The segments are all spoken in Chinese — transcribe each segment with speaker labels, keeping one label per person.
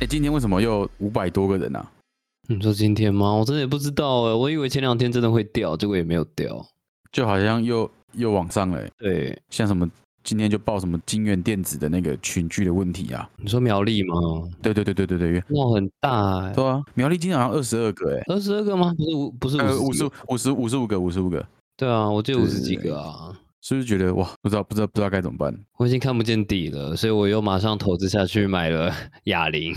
Speaker 1: 哎今天为什么又五百多个人啊？
Speaker 2: 你说今天吗？我真的也不知道哎，我以为前两天真的会掉，结果也没有掉。
Speaker 1: 就好像又又往上了欸、
Speaker 2: 对，
Speaker 1: 像什么今天就报什么金源电子的那个群聚的问题啊？
Speaker 2: 你说苗栗吗？
Speaker 1: 对对对对对对，
Speaker 2: 哇，很大哎，
Speaker 1: 对啊，苗栗今天好像二十二个哎、
Speaker 2: 二十二个吗？不是五，不是
Speaker 1: 呃，
Speaker 2: 五
Speaker 1: 五十
Speaker 2: 十，
Speaker 1: 五十五十五个，五十五个，
Speaker 2: 对啊，我记得
Speaker 1: 对
Speaker 2: 五
Speaker 1: 对
Speaker 2: 十几
Speaker 1: 对
Speaker 2: 个啊，
Speaker 1: 是不是觉得哇，不知道不知道不知道该怎么办？
Speaker 2: 我已经看不见底了，所以我又马上投资下去买了 哑铃。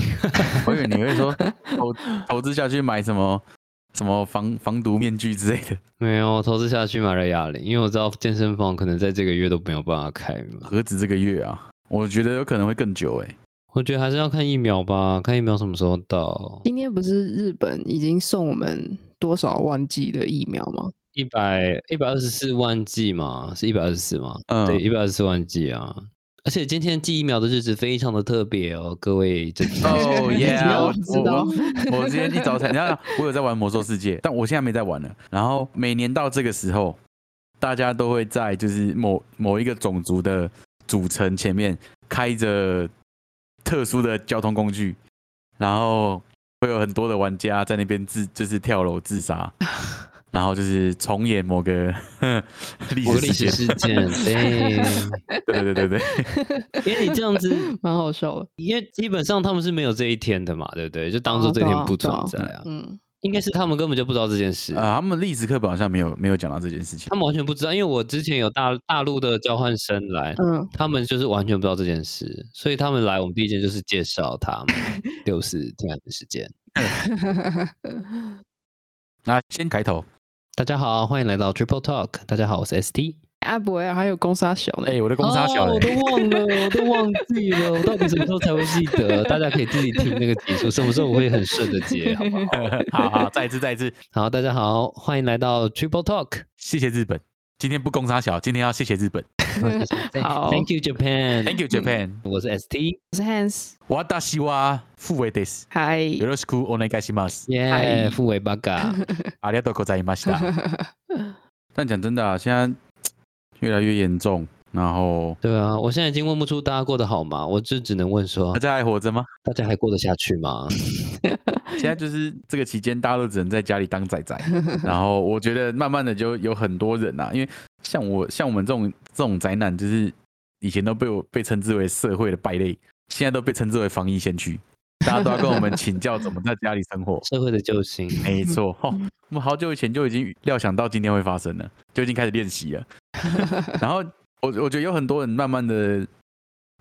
Speaker 1: 我以为你会说投投资下去买什么什么防防毒面具之类的，
Speaker 2: 没有，我投资下去买了哑铃，因为我知道健身房可能在这个月都没有办法开嘛。
Speaker 1: 何止这个月啊？我觉得有可能会更久哎、
Speaker 2: 我觉得还是要看疫苗吧，看疫苗什么时候到。
Speaker 3: 今天不是日本已经送我们多少万剂的疫苗吗？
Speaker 2: 一百一百二十四万剂嘛，是一百二十四吗？对，
Speaker 1: 嗯，
Speaker 2: 一百二十四万剂啊。而且今天寄疫苗的日子非常的特别哦，各位这
Speaker 1: 哦耶！我
Speaker 3: 知道
Speaker 1: 我 我我今天一早才，你看我有在玩魔兽世界，但我现在没在玩了。然后每年到这个时候，大家都会在就是某某一个种族的主城前面开着特殊的交通工具，然后会有很多的玩家在那边自就是跳楼自 杀，然后就是重演某个 历
Speaker 2: 某个
Speaker 1: 史
Speaker 2: 历
Speaker 1: 事
Speaker 2: 史
Speaker 1: 件。
Speaker 2: 事件，对，
Speaker 1: 对对对对对，
Speaker 2: 因为你这样子，
Speaker 3: 蛮好笑的。
Speaker 2: 因为基本上他们是没有这一天的嘛，对不对？就当做
Speaker 3: 哦
Speaker 2: 这一
Speaker 3: 对
Speaker 2: 天
Speaker 3: 啊
Speaker 2: 不
Speaker 3: 对
Speaker 2: 存
Speaker 3: 啊
Speaker 2: 在啊，
Speaker 3: 嗯，
Speaker 2: 应该是他们根本就不知道这件事。
Speaker 1: 啊、他们历史课本好像没有没有讲到这件事情
Speaker 2: 他。们完全不知道，因为我之前有大大陆的交换生来，
Speaker 3: 嗯，
Speaker 2: 他们就是完全不知道这件事，所以他们来，我们第一件就是介绍他们 六四天安门事件。
Speaker 1: 那先开头，
Speaker 2: 大家好，欢迎来到 Triple Talk。大家好，我是 ST。
Speaker 3: 阿伯尔还有公沙小呢
Speaker 1: 哎、，我的公差小
Speaker 2: 哦
Speaker 1: 的、
Speaker 2: 我都忘了，我都忘记了，我到底什么时候才会记 得？大家可以自己听那个集数，什么时候我会很顺的接，好不好？
Speaker 1: 哦 好好，再一次，再一次，
Speaker 2: 好，大家好，欢迎来到 Triple Talk。
Speaker 1: 谢谢日本。今天不攻杀小，今天要谢谢日本。
Speaker 3: 好
Speaker 2: ，Thank you Japan。
Speaker 1: Thank you Japan。
Speaker 2: 我是 ST，
Speaker 3: 我是 Hans，
Speaker 1: 我大西哇富卫です。
Speaker 3: 嗨，
Speaker 1: よろしくお願いします。
Speaker 2: 耶，
Speaker 3: 嗨
Speaker 2: 富尾巴 嘎。
Speaker 1: ありがとうございました。 但讲真的啊，现在越来越严重，然后
Speaker 2: 对啊，我现在已经问不出大家过得好吗？我就只能问 说
Speaker 1: 大，家还活着吗？
Speaker 2: 大家还过得下去吗？
Speaker 1: 现在就是这个期间，大家都只能在家里当仔 仔。然后我觉得慢慢的就有很多人啊，因为像我像我们这种这种宅男，就是以前都被我被称之为社会的败类，现在都被称之为防疫先驱。大家都要跟我们请教怎么在家里生活。
Speaker 2: 社会的救星。
Speaker 1: 没错，哦，我们好久以前就已经料想到今天会发生了，就已经开始练习了。然后我我觉得有很多人慢慢的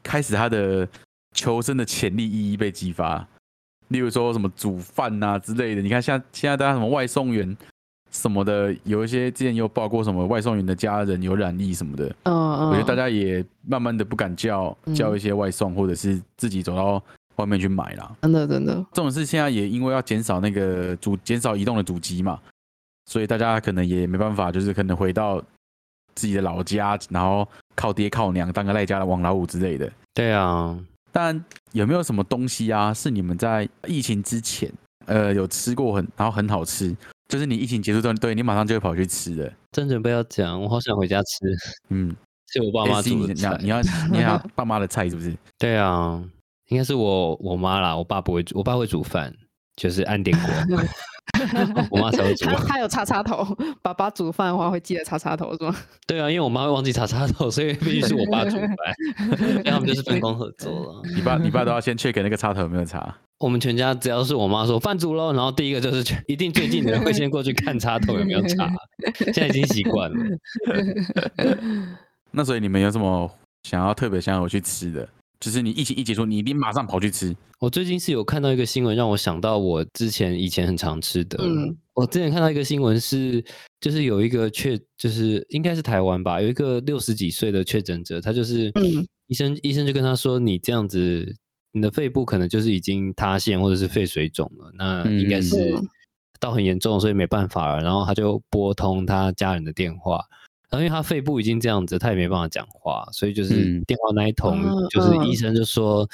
Speaker 1: 开始他的求生的潜力一一被激发，例如说什么煮饭呐、之类的。你看像现在大家什么外送员什么的，有一些之前有报过什么外送员的家人有染疫什么的，
Speaker 3: 嗯嗯，
Speaker 1: 我觉得大家也慢慢的不敢叫叫一些外送，或者是自己走到外面去买啦。
Speaker 3: 真的真的，
Speaker 1: 这种事现在也因为要减少那个主减少移动的主机嘛，所以大家可能也没办法，就是可能回到自己的老家，然后靠爹靠娘当个赖家的王老五之类的。
Speaker 2: 对啊，
Speaker 1: 但有没有什么东西啊，是你们在疫情之前呃有吃过很然后很好吃，就是你疫情结束之后，对你马上就会跑去吃的。
Speaker 2: 正准备要讲，我好想回家吃，
Speaker 1: 嗯，
Speaker 2: 是我爸妈
Speaker 1: AC
Speaker 2: 煮
Speaker 1: 你
Speaker 2: 的
Speaker 1: 要
Speaker 2: 菜
Speaker 1: 你。要你要爸妈的菜是不是？
Speaker 2: 对啊，应该是我我妈啦，我爸不会煮，我爸会煮饭，就是按电锅，我妈才会煮啊
Speaker 3: 他。他有叉叉头，爸爸煮饭的话会记得叉叉头是吗？
Speaker 2: 对啊，因为我妈会忘记擦擦头，所以必须是我爸煮饭，所以他们就是分工合作了。
Speaker 1: 你爸你爸都要先 check 那个插头有没有插。
Speaker 2: 我们全家只要是我妈说饭煮喽，然后第一个就是去一定最近的人会先过去看插头有没有插，现在已经习惯了。
Speaker 1: 那所以你们有什么想要特别想要我去吃的？就是你疫情一结束，你一定马上跑去吃。
Speaker 2: 我最近是有看到一个新闻，让我想到我之前以前很常吃的。
Speaker 3: 嗯
Speaker 2: 我之前看到一个新闻是，就是有一个确，就是应该是台湾吧，有一个六十几岁的确诊者，他就是
Speaker 3: 嗯
Speaker 2: 医生医生就跟他说，你这样子，你的肺部可能就是已经塌陷或者是肺水肿了，那应该
Speaker 1: 嗯
Speaker 2: 是
Speaker 3: 嗯
Speaker 2: 到很严重，所以没办法了。然后他就拨通他家人的电话，然后因为他肺部已经这样子，他也没办法讲话，所以就是
Speaker 1: 嗯
Speaker 2: 电话那一头。
Speaker 3: 嗯
Speaker 2: 就是
Speaker 3: 嗯
Speaker 2: 医生就说，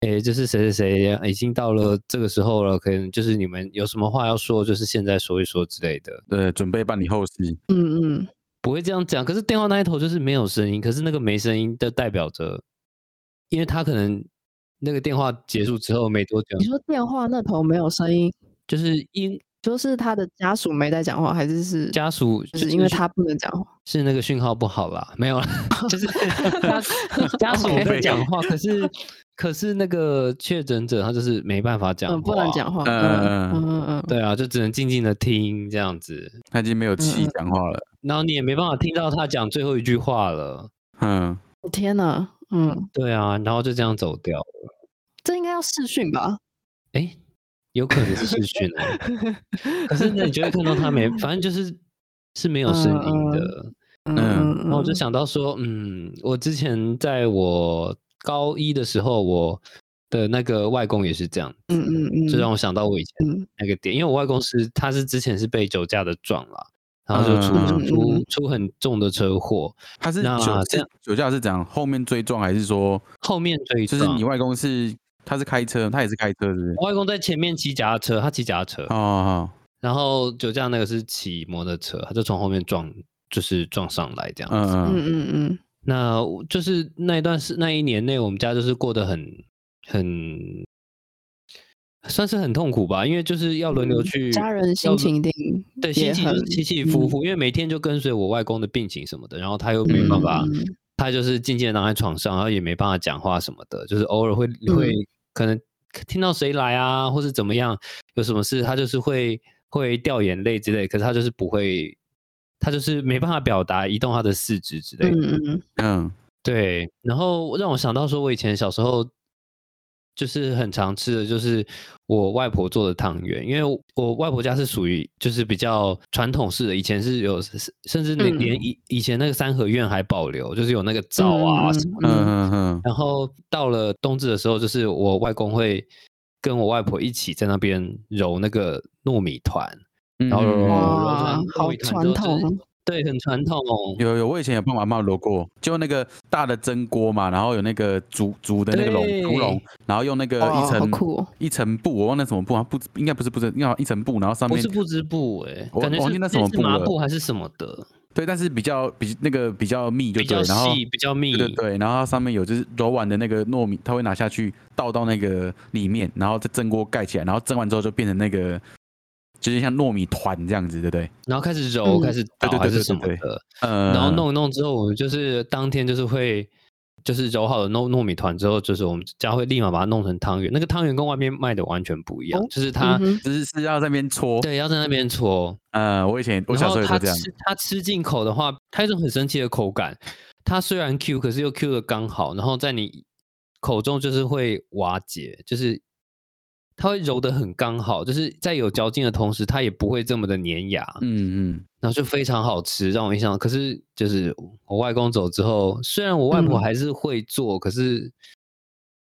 Speaker 2: 诶、就是谁谁啊谁已经到了这个时候了，可能就是你们有什么话要说，就是现在说一说之类的，
Speaker 1: 呃，准备办理后事。
Speaker 3: 嗯嗯，
Speaker 2: 不会这样讲。可是电话那一头就是没有声音，可是那个没声音的代表着，因为他可能那个电话结束之后没多久
Speaker 3: 你，说电话那头没有声音，
Speaker 2: 就是因
Speaker 3: 就是他的家属没在讲话，还是是
Speaker 2: 家属
Speaker 3: 就
Speaker 2: 就是
Speaker 3: 因为
Speaker 2: 讯
Speaker 3: 他不能讲话？
Speaker 2: 是那个讯号不好啦，没有 啦，就是家家属
Speaker 3: OK
Speaker 2: 在讲话，可是可是那个确诊者他就是没办法讲话，
Speaker 3: 嗯，不能，讲话。
Speaker 1: 嗯
Speaker 3: 嗯
Speaker 1: 嗯
Speaker 3: 嗯嗯嗯，
Speaker 2: 对啊，就只能静静的听这样子，
Speaker 1: 他已经没有气
Speaker 3: 嗯嗯
Speaker 1: 讲话了。
Speaker 2: 然后你也没办法听到他讲最后一句话了，
Speaker 1: 嗯，
Speaker 3: 嗯天哪，嗯，
Speaker 2: 对啊，然后就这样走掉了，
Speaker 3: 这应该要视讯吧？
Speaker 2: 哎，有可能是视讯哦、可是呢，你就会看到他没，反正就是是没有声音的。
Speaker 3: 嗯
Speaker 1: 嗯
Speaker 2: 然后我就，想到说，嗯，我之前在我高一的时候，我的那个外公也是这样，
Speaker 3: 嗯嗯嗯，
Speaker 2: 就让我想到我以前
Speaker 3: 嗯
Speaker 2: 那个点，因为我外公是他是之前是被酒驾的撞了，然后就出、
Speaker 3: 嗯嗯
Speaker 2: 出
Speaker 3: 嗯
Speaker 2: 出很重的车祸，
Speaker 1: 他是
Speaker 2: 那
Speaker 1: 酒
Speaker 2: 这样
Speaker 1: 是酒驾是怎样？后面追撞还是说
Speaker 2: 后面追
Speaker 1: 就
Speaker 2: 撞，
Speaker 1: 是你外公是他是开车，他也是开车，是不是？
Speaker 2: 我外公在前面骑脚踏车，他骑脚踏车，
Speaker 1: 哦哦，
Speaker 2: 然后酒驾那个是骑摩托车，他就从后面撞，就是撞上来这样
Speaker 1: 哦
Speaker 2: 子。
Speaker 1: 嗯嗯
Speaker 3: 嗯嗯
Speaker 2: 那我就是那一段是那一年内，我们家就是过得很很算是很痛苦吧，因为就是要轮流
Speaker 3: 嗯
Speaker 2: 去、
Speaker 3: 嗯，家人
Speaker 2: 要
Speaker 3: 心情一定
Speaker 2: 对
Speaker 3: 也
Speaker 2: 心情就是
Speaker 3: 很嗯
Speaker 2: 起起伏伏，因为每天就跟随我外公的病情什么的，然后他又没办法，
Speaker 3: 嗯
Speaker 2: 他就是静静的躺在床上，然后也没办法讲话什么的，就是偶尔会会可能听到谁来啊，或是怎么样，有什么事他就是会会掉眼泪之类，可是他就是不会，他就是没办法表达移动他的四肢之类的。
Speaker 3: 嗯嗯
Speaker 1: 嗯
Speaker 2: 对，然后让我想到说，我以前小时候就是很常吃的就是我外婆做的汤圆，因为我我外婆家是属于就是比较传统式的，以前是有甚至连
Speaker 3: 嗯
Speaker 2: 连以以前那个三合院还保留，就是有那个灶啊什么
Speaker 1: 嗯嗯嗯
Speaker 2: 然后到了冬至的时候，就是我外公会跟我外婆一起在那边揉那个糯米团，
Speaker 1: 嗯，
Speaker 2: 然后揉揉揉揉
Speaker 3: 哇
Speaker 2: 成糯
Speaker 3: 好
Speaker 2: 米团
Speaker 3: 传
Speaker 2: 之后就是
Speaker 3: 统
Speaker 2: 对，很传统。哦
Speaker 1: 有有，我以前有帮我阿妈揉过，就那个大的蒸锅嘛，然后有那个竹竹的那个笼
Speaker 2: 对
Speaker 1: 竹笼，然后用那个
Speaker 3: 哦
Speaker 1: 一
Speaker 3: 好
Speaker 1: 层、
Speaker 3: 酷哦
Speaker 1: 一层布，我忘了什么布，啊，不应该不是不是，应该好像一层布，然后上
Speaker 2: 不
Speaker 1: 面
Speaker 2: 是不织布哎、
Speaker 1: 我
Speaker 2: 感觉
Speaker 1: 我忘
Speaker 2: 是
Speaker 1: 记那
Speaker 2: 类
Speaker 1: 什么
Speaker 2: 似
Speaker 1: 布
Speaker 2: 麻
Speaker 1: 了
Speaker 2: 布还是什么的，
Speaker 1: 对，但是比较比那个比较密就
Speaker 2: 比
Speaker 1: 对，
Speaker 2: 较
Speaker 1: 然后
Speaker 2: 细，比较密。
Speaker 1: 对对对，然后它上面有就是揉完的那个糯米，它会拿下去倒到那个里面，然后再蒸锅盖起来，然后蒸完之后就变成那个就是像糯米团这样子，对不对？
Speaker 2: 然后开始揉，
Speaker 3: 嗯
Speaker 2: 开始
Speaker 1: 对
Speaker 2: 捣
Speaker 1: 对
Speaker 2: 还
Speaker 1: 对
Speaker 2: 是
Speaker 1: 对
Speaker 2: 什么
Speaker 1: 对
Speaker 2: 的，
Speaker 1: 呃，
Speaker 2: 然后弄一弄之后，我们就是当天就是会。就是揉好的糯糯米团之后，就是我们家会立马把它弄成汤圆。那个汤圆跟外面卖的完全不一样，
Speaker 3: 哦
Speaker 2: 就是它、
Speaker 3: 嗯哼
Speaker 1: 就是是要在那边搓，
Speaker 2: 对要在那边搓，
Speaker 1: 呃，我以前我
Speaker 2: 然
Speaker 1: 小时
Speaker 2: 后
Speaker 1: 候也
Speaker 2: 它
Speaker 1: 都这样，
Speaker 2: 吃它吃进口的话，它有一种很神奇的口感。它虽然 Q，可是又 Q 的刚好，然后在你口中就是会瓦解，就是它会揉的很刚好，就是在有嚼劲的同时，它也不会这么的粘牙，
Speaker 1: 嗯嗯。
Speaker 2: 然后就非常好吃，让我印象。可是就是我外公走之后，虽然我外婆
Speaker 3: 嗯
Speaker 2: 还是会做，可是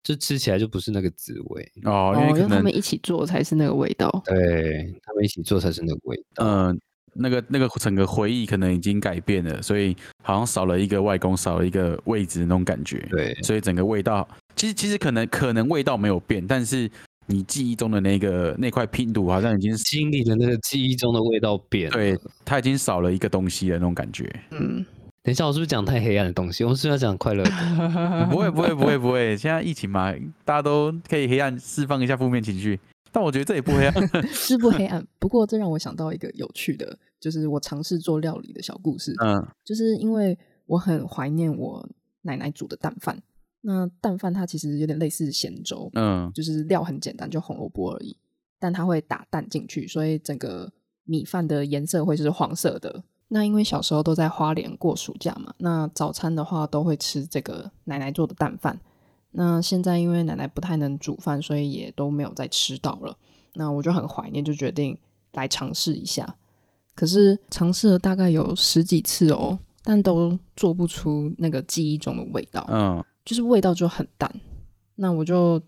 Speaker 2: 就吃起来就不是那个滋味。
Speaker 1: 哦，因为
Speaker 3: 哦，因为
Speaker 1: 可
Speaker 3: 他
Speaker 1: 能
Speaker 3: 们一起做才是那个味道。
Speaker 2: 对他们一起做才是那个味道。
Speaker 1: 呃，那个那个整个回忆可能已经改变了，所以好像少了一个外公，少了一个位置那种感觉。
Speaker 2: 对，
Speaker 1: 所以整个味道，其实其实可能可能味道没有变，但是你记忆中的那个那块拼图好像已经
Speaker 2: 经历的那个记忆中的味道变了。
Speaker 1: 对它已经少了一个东西的那种感觉。
Speaker 3: 嗯，
Speaker 2: 等一下，我是不是讲太黑暗的东西？我们是不是要讲快乐的？
Speaker 1: 不会不会不会不会，现在疫情嘛，大家都可以黑暗释放一下负面情绪，但我觉得这也不黑啊暗。
Speaker 4: 是不黑暗，不过这让我想到一个有趣的，就是我尝试做料理的小故事。
Speaker 1: 嗯
Speaker 4: 就是因为我很怀念我奶奶煮的蛋饭。那蛋饭它其实有点类似咸粥，
Speaker 1: 嗯
Speaker 4: 就是料很简单，就红萝卜而已，但它会打蛋进去，所以整个米饭的颜色会是黄色的。那因为小时候都在花莲过暑假嘛，那早餐的话都会吃这个奶奶做的蛋饭。那现在因为奶奶不太能煮饭，所以也都没有再吃到了。那我就很怀念，就决定来尝试一下。可是尝试了大概有十几次哦，但都做不出那个记忆中的味道。
Speaker 1: 嗯
Speaker 4: 就是味道就很淡。那我就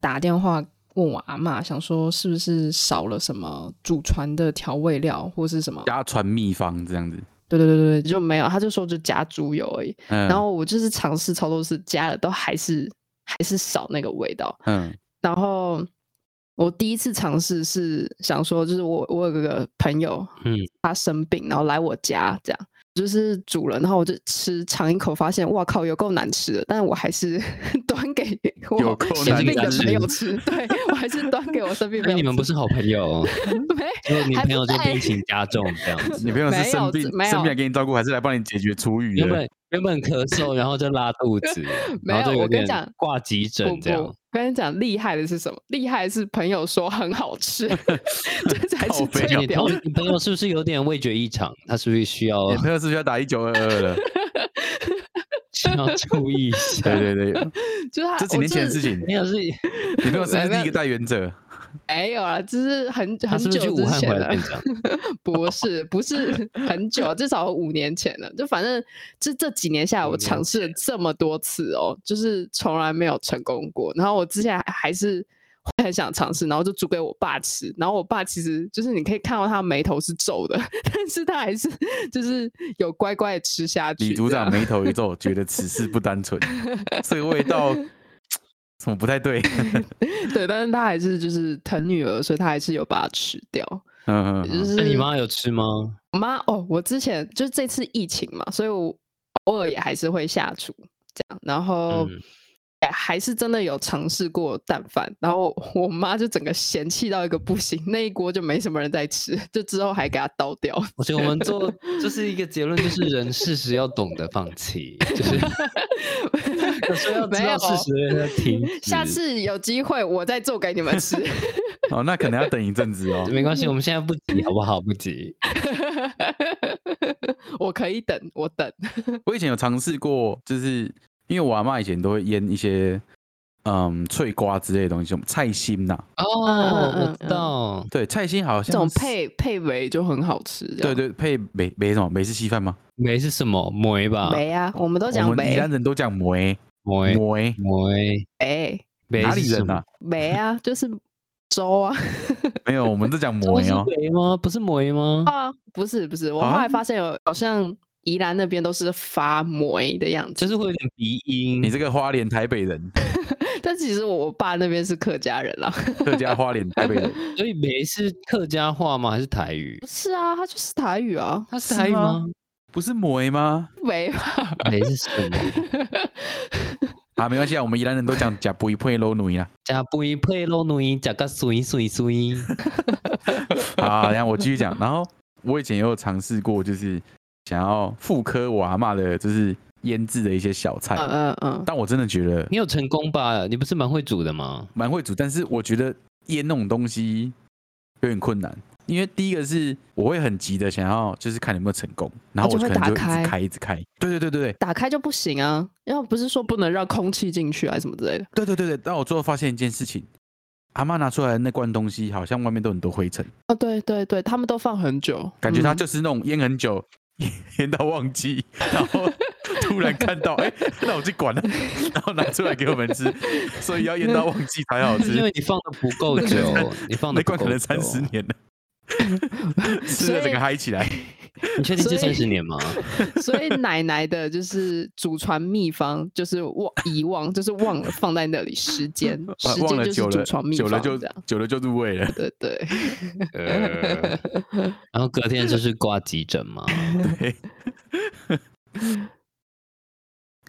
Speaker 4: 打电话问我阿妈，想说是不是少了什么祖传的调味料或是什么？
Speaker 1: 家传秘方这样子。
Speaker 4: 对对对对，就没有，他就说就加猪油而已。
Speaker 1: 嗯，
Speaker 4: 然后我就是尝试超多次加了，都还是还是少那个味道。
Speaker 1: 嗯
Speaker 4: 然后我第一次尝试是想说，就是我我有个朋友，
Speaker 2: 嗯，
Speaker 4: 他生病，然后来我家这样，
Speaker 3: 就是煮了，然后我就吃尝一口，发现哇靠，有够难吃的，但我还是 端给我
Speaker 1: 有够
Speaker 3: 生
Speaker 2: 难
Speaker 3: 病的
Speaker 2: 吃
Speaker 3: 朋友吃，对我还是端给我生病朋
Speaker 2: 那
Speaker 3: 友
Speaker 2: 你
Speaker 3: 吃。
Speaker 2: 们不是好朋友，哦
Speaker 3: 没
Speaker 2: 就你
Speaker 3: 还
Speaker 2: 朋友
Speaker 3: 不
Speaker 2: 这
Speaker 3: 在
Speaker 2: 病情加重这样 子。
Speaker 1: 你朋友是
Speaker 3: 没有
Speaker 1: 生病
Speaker 3: 没有
Speaker 1: 生病来给你照顾，还是来帮你解决厨余
Speaker 2: 原
Speaker 1: 的？
Speaker 2: 本原本咳嗽，然后就拉肚 子，
Speaker 3: 没
Speaker 2: 然后
Speaker 3: 有
Speaker 2: 就
Speaker 3: 我跟
Speaker 2: 点
Speaker 3: 你讲
Speaker 2: 挂急诊
Speaker 3: 不
Speaker 2: 这样
Speaker 3: 不。，跟你讲厉害的是什么？厉害的是朋友说很 好吃，这才
Speaker 1: 靠
Speaker 3: 是
Speaker 1: 北
Speaker 3: 最
Speaker 1: 不
Speaker 2: 你
Speaker 3: 屌
Speaker 2: 朋
Speaker 3: 的。
Speaker 2: 友你朋友是不是有点味觉异常？他是不是需要
Speaker 1: 你朋友是不是要打一九二二了？
Speaker 2: 需要注意一下？
Speaker 1: 对对对，
Speaker 3: 就是他
Speaker 1: 这几
Speaker 3: 我
Speaker 1: 年前
Speaker 3: 就
Speaker 1: 的事
Speaker 3: 是
Speaker 1: 情。
Speaker 2: 没有是，
Speaker 1: 你朋友是不是
Speaker 3: 没
Speaker 1: 第
Speaker 3: 有
Speaker 1: 一个代言者？
Speaker 3: 没有啊，就是很
Speaker 2: 他
Speaker 3: 很
Speaker 2: 是不是去
Speaker 3: 久
Speaker 2: 武
Speaker 3: 之
Speaker 2: 汉
Speaker 3: 前
Speaker 2: 回
Speaker 3: 了
Speaker 2: 来变。这 样？
Speaker 3: 不是，不是 很久，啊至少五年前了。就反正这这几年下来，
Speaker 2: 五
Speaker 3: 我
Speaker 2: 年
Speaker 3: 尝试了这么多次哦，就是从来没有成功过。然后我之前还还是会很想尝试，然后就煮给我爸吃。然后我爸其实就是你可以看到他眉头是皱的， 但是他还是就是有乖乖的吃下去。
Speaker 1: 李组长
Speaker 3: 这样
Speaker 1: 眉头一皱，觉得此事不单纯，这个味道怎么不太对？
Speaker 3: 对，但是他还是就是疼女儿，所以他还是有把它吃掉。
Speaker 1: 嗯嗯
Speaker 3: 就
Speaker 1: 嗯，
Speaker 3: 是
Speaker 2: 那哎你妈有吃吗？
Speaker 3: 我妈哦，我之前就是这次疫情嘛，所以我偶尔也还是会下厨这样，然后
Speaker 2: 嗯
Speaker 3: 哎还是真的有尝试过蛋饭，然后我我妈就整个嫌弃到一个不行，那一锅就没什么人在吃，就之后还给它倒 掉。
Speaker 2: 我觉得我们做就是一个结论，就是人适时要懂得放弃，就是 有时候要知
Speaker 3: 没
Speaker 2: 道
Speaker 3: 有
Speaker 2: 适时的停止。
Speaker 3: 下次有机会我再做给你们吃。
Speaker 1: 哦，那可能要等一阵子哦。
Speaker 2: 没关系，我们现在不
Speaker 1: 嗯
Speaker 2: 急，好不好？不急。
Speaker 3: 我可以等，我等。
Speaker 1: 我以前有尝试过，就是因为我阿妈以前都会腌一些嗯脆瓜之类的东西，什么菜心呐、
Speaker 2: 哦，
Speaker 3: 嗯
Speaker 2: 我知道，
Speaker 1: 对，菜心好
Speaker 3: 这
Speaker 1: 像
Speaker 3: 种
Speaker 1: 是
Speaker 3: 配配围就很好吃。这
Speaker 1: 对
Speaker 3: 样，
Speaker 1: 对配梅梅什么梅式稀饭吗？
Speaker 2: 梅是什么？梅吧，
Speaker 3: 梅啊，我们都
Speaker 1: 我
Speaker 3: 讲
Speaker 1: 们宜
Speaker 3: 梅
Speaker 1: 兰人都讲梅
Speaker 2: 梅
Speaker 1: 梅，
Speaker 2: 梅
Speaker 3: 梅
Speaker 2: 梅
Speaker 1: 哪
Speaker 2: 是
Speaker 1: 里
Speaker 2: 什
Speaker 1: 人
Speaker 2: 么
Speaker 1: 啊？
Speaker 3: 梅啊，就是粥啊。
Speaker 1: 没有，我们都讲
Speaker 2: 不
Speaker 1: 梅
Speaker 2: 是
Speaker 1: 哦。
Speaker 2: 梅吗？不是梅吗？
Speaker 3: 啊，不是不是，我后
Speaker 1: 啊
Speaker 3: 来发现有好像宜兰那边都是发魔的样子，
Speaker 2: 就是会有点鼻音。
Speaker 1: 你这个花莲台北人，
Speaker 3: 但其实我爸那边是客家人啦。
Speaker 1: 客家花莲台北人，
Speaker 2: 所以梅是客家话吗？还是台语
Speaker 3: 不？是啊，他就是台语啊，嗯
Speaker 2: 它
Speaker 1: 是
Speaker 2: 是台语
Speaker 1: 吗
Speaker 2: 吗？
Speaker 1: 不是梅吗？
Speaker 3: 没吧？
Speaker 2: 梅是什么？
Speaker 1: 啊，没关系啊，我们宜兰人都讲假不一配喽努啦。
Speaker 2: 加肥配肉泥，加个水水水。
Speaker 1: 好，然后我继续讲。然后我以前也有尝试过，就是想要复刻我阿嬷的，就是腌制的一些小菜，
Speaker 3: 嗯嗯嗯，
Speaker 1: 但我真的觉得
Speaker 2: 你有成功吧？你不是蛮会煮 的吗？
Speaker 1: 蛮会煮，但是我觉得腌那种东西有点困难。因为第一个是我会很急的想要，就是看有没有成功，然后
Speaker 3: 就
Speaker 1: 我
Speaker 3: 会
Speaker 1: 可能就一直
Speaker 3: 打开
Speaker 1: 开，一直开。对对对对对
Speaker 3: 打开就不行啊，要不是说不能让空气进去啊什么之类的。
Speaker 1: 对对对对。但我最后发现一件事情，阿嬷拿出来的那罐东西好像外面都很多灰尘，
Speaker 3: 哦，对对对，他们都放很久，
Speaker 1: 感觉它
Speaker 3: 嗯
Speaker 1: 就是那种腌很久， 腌到忘记，然后突然看到，哎、 那我去管了，然后拿出来给我们吃，所以要腌到忘记才好
Speaker 2: 是因
Speaker 1: 吃。
Speaker 2: 为你放的不够久，你放的
Speaker 1: 那罐可能
Speaker 3: 哦
Speaker 1: 三十年 了，吃了整个嗨起来。
Speaker 2: 你确定
Speaker 3: 所
Speaker 2: 是
Speaker 3: 以
Speaker 2: 三十年吗？
Speaker 3: 所以奶奶的就是祖传秘方，就是忘遗忘，就是忘了放在那里时 间，
Speaker 1: 啊
Speaker 3: 时
Speaker 1: 忘
Speaker 3: 间
Speaker 1: 了
Speaker 3: 就是
Speaker 1: 久
Speaker 3: 祖
Speaker 1: 了
Speaker 3: 传秘
Speaker 1: 久了
Speaker 3: 方
Speaker 1: 就
Speaker 3: 这样。
Speaker 1: 久了就入味 了。
Speaker 3: 对对，
Speaker 2: 呃然后隔天就是挂急诊嘛。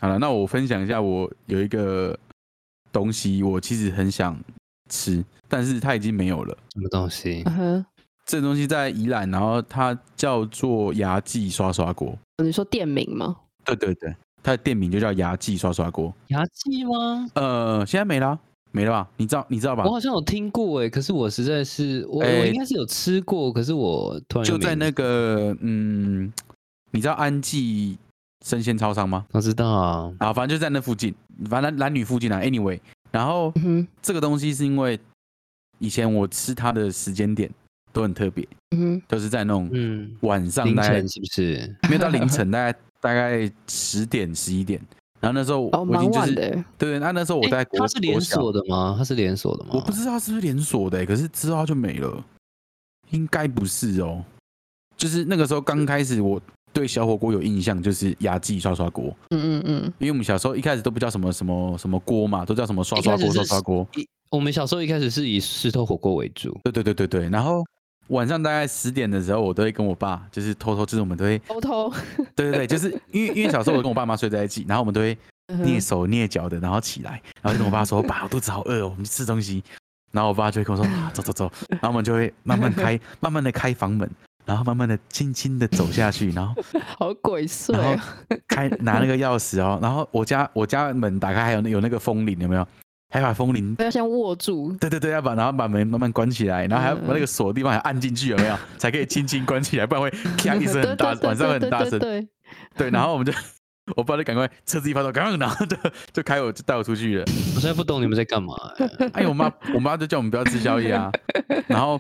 Speaker 1: 好了，那我分享一下，我有一个东西，我其实很想吃，但是它已经没有了。
Speaker 2: 什么东西？
Speaker 3: 嗯哼，
Speaker 1: 这东西在宜兰，然后它叫做牙记刷刷锅。
Speaker 3: 你说店名吗？
Speaker 1: 对对对，它的店名就叫牙记刷刷锅。
Speaker 2: 牙祭吗？
Speaker 1: 呃，现在没啦，没了吧？你知道你知道吧
Speaker 2: 我？好像有听过哎、可是我实在是我、我
Speaker 1: 哎
Speaker 2: 应该是有吃过，可是我突然
Speaker 1: 就
Speaker 2: 又没
Speaker 1: 在那
Speaker 2: 印
Speaker 1: 个嗯，你知道安记生鲜超商吗？
Speaker 2: 我知道啊，
Speaker 1: 啊，反正就在那附近，反正男女附近啊。Anyway，然后
Speaker 3: 嗯哼，
Speaker 1: 这个东西是因为以前我吃它的时间点都很特别，
Speaker 3: 嗯哼。
Speaker 1: 都、是在那种
Speaker 2: 嗯，
Speaker 1: 晚上
Speaker 2: 凌
Speaker 1: 大概
Speaker 2: 晨是不是？
Speaker 1: 没有到凌晨，大概大概十点十一点。然后那时候
Speaker 3: 哦，
Speaker 1: 我已
Speaker 3: 蛮
Speaker 1: 经就
Speaker 3: 晚
Speaker 1: 是、
Speaker 3: 的欸，
Speaker 1: 对，那那时候我
Speaker 2: 哎
Speaker 1: 在国、
Speaker 2: 它是连
Speaker 1: 国小
Speaker 2: 锁的吗？它是连锁的吗？
Speaker 1: 我不知道是不是连锁的欸、可是之后它就没了，应该不是哦。就是那个时候刚开始，我对小火锅有印象，就是牙记刷刷锅，
Speaker 3: 嗯嗯嗯，
Speaker 1: 因为我们小时候一开始都不叫什么什么什么锅嘛，都叫什么刷
Speaker 2: 一
Speaker 1: 刷
Speaker 2: 开始
Speaker 1: 锅、
Speaker 2: 是
Speaker 1: 刷刷锅。
Speaker 2: 一我们小时候一开始是以石头火锅为主，
Speaker 1: 对对对对对，然后晚上大概十点的时候，我都会跟我爸，就是偷偷，就是我们都会，
Speaker 3: 偷偷
Speaker 1: 对对对，就是因为因为小时候我跟我爸妈睡在一起，然后我们都会
Speaker 3: 嗯
Speaker 1: 蹑手蹑脚的，然后起来， 然后就跟我爸说：“爸，我肚子好饿，哦，我们去吃东西。”然后我爸就会跟我 说：“啊走走走。”然后我们就会慢慢开，慢慢的开房门，然后慢慢的轻轻的走下去，然后
Speaker 3: 好鬼祟
Speaker 1: 然
Speaker 3: 哦，
Speaker 1: 后开拿那个钥匙哦，然后我家我家门打开还有那有那个风铃有没有？还把风铃，
Speaker 3: 要先握住，
Speaker 1: 对对对，要把然后把门慢慢关起来，然后还要把那个锁的地方还按进去有没 有？才可以轻轻关起来，不 然会咔一声
Speaker 3: 对
Speaker 1: 很大
Speaker 3: 对， 对
Speaker 1: 晚上会很
Speaker 3: 对
Speaker 1: 大
Speaker 3: 对
Speaker 1: 声。
Speaker 3: 对，
Speaker 1: 对，然后我们就 我爸就赶快车子一发动，赶快 然后就就开我就带我出去了。
Speaker 2: 我现在不懂你们在 干嘛、欸
Speaker 1: 哎，我妈我妈就叫我们不要吃宵夜 啊，然后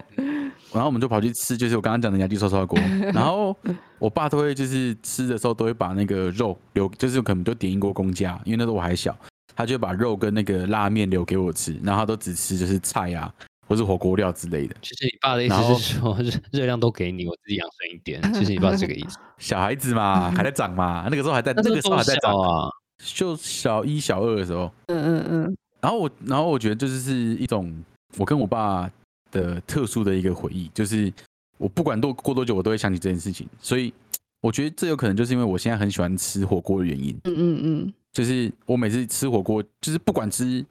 Speaker 1: 然后我们就跑去吃，就是我刚刚讲的牙记烧烧锅，然后我爸都会就是吃的时候都会把那个肉留，就是可能就点一锅公家，因为那时候我还小，他就会把肉跟那个拉面留给我吃，然后他都只吃就是菜啊或是火锅料之类的。
Speaker 2: 就是你爸的意思
Speaker 1: 然后
Speaker 2: 是说 热热量都给你，我自己养生一点，就是你爸这个意思。
Speaker 1: 小孩子 嘛，还在长嘛，那个时候还在那个时候还在长
Speaker 2: 小，啊，
Speaker 1: 就小一小二的时候。
Speaker 3: 嗯嗯嗯，
Speaker 1: 然后我，然后我觉得这就是一种我跟我爸的特殊的一个回忆，就是我不管多过多久，我都会想起这件事情。所以我觉得这有可能就是因为我现在很喜欢吃火锅的原因，
Speaker 3: 嗯嗯嗯，
Speaker 1: 就是我每次吃火锅，就是不管吃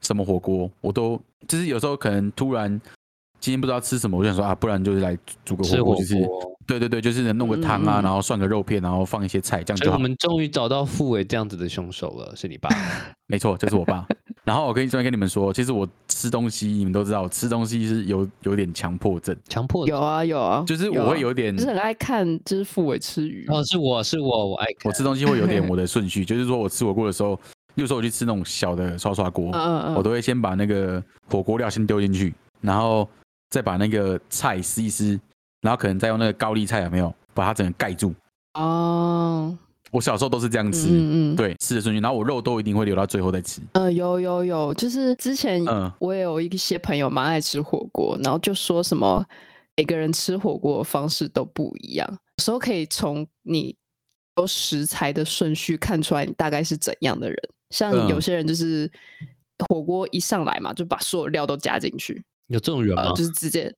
Speaker 1: 什么火锅，我都就是有时候可能突然今天不知道吃什么，我就想说啊，不然就是来煮个
Speaker 2: 吃
Speaker 1: 火
Speaker 2: 火
Speaker 1: 锅，就是
Speaker 2: 锅。
Speaker 1: 对对对，就是弄个汤
Speaker 3: 嗯
Speaker 1: 啊，
Speaker 3: 嗯嗯
Speaker 1: 然后涮个肉片，然后放一些菜，这样
Speaker 2: 所以
Speaker 1: 就
Speaker 2: 我
Speaker 1: 好。
Speaker 2: 们终于找到傅伟这样子的凶手了，是你爸。
Speaker 1: 没错，就是我爸。然后我跟专门跟你们说，其实我吃东西，你们都知道，我吃东西是有有点强迫症，
Speaker 2: 强迫
Speaker 3: 有啊有啊，
Speaker 1: 就是我
Speaker 3: 啊
Speaker 1: 会有点，
Speaker 3: 就是很爱看，就是傅伟吃鱼，
Speaker 2: 哦，是我是我，我爱看
Speaker 1: 我吃东西会有点我的顺序，就是说我吃火锅的时候，有时候我去吃那种小的刷刷锅，
Speaker 3: 嗯嗯
Speaker 1: 我
Speaker 3: 嗯，
Speaker 1: 都会先把那个火锅料先丢进去，然后再把那个菜撕一撕，然后可能再用那个高丽菜有没有把它整个盖住。
Speaker 3: 哦，
Speaker 1: 我小时候都是这样吃，
Speaker 3: 嗯嗯嗯，
Speaker 1: 对吃的顺序，然后我肉都一定会留到最后再吃。
Speaker 3: 呃，有有有，就是之前
Speaker 1: 嗯
Speaker 3: 我也有一些朋友蛮爱吃火锅，然后就说什么每个人吃火锅的方式都不一样，有时候可以从你有食材的顺序看出来你大概是怎样的人。像有
Speaker 1: 嗯
Speaker 3: 些人就是火锅一上来嘛，就把所有料都加进去，
Speaker 2: 有这种人吗
Speaker 3: 呃，？就是直接，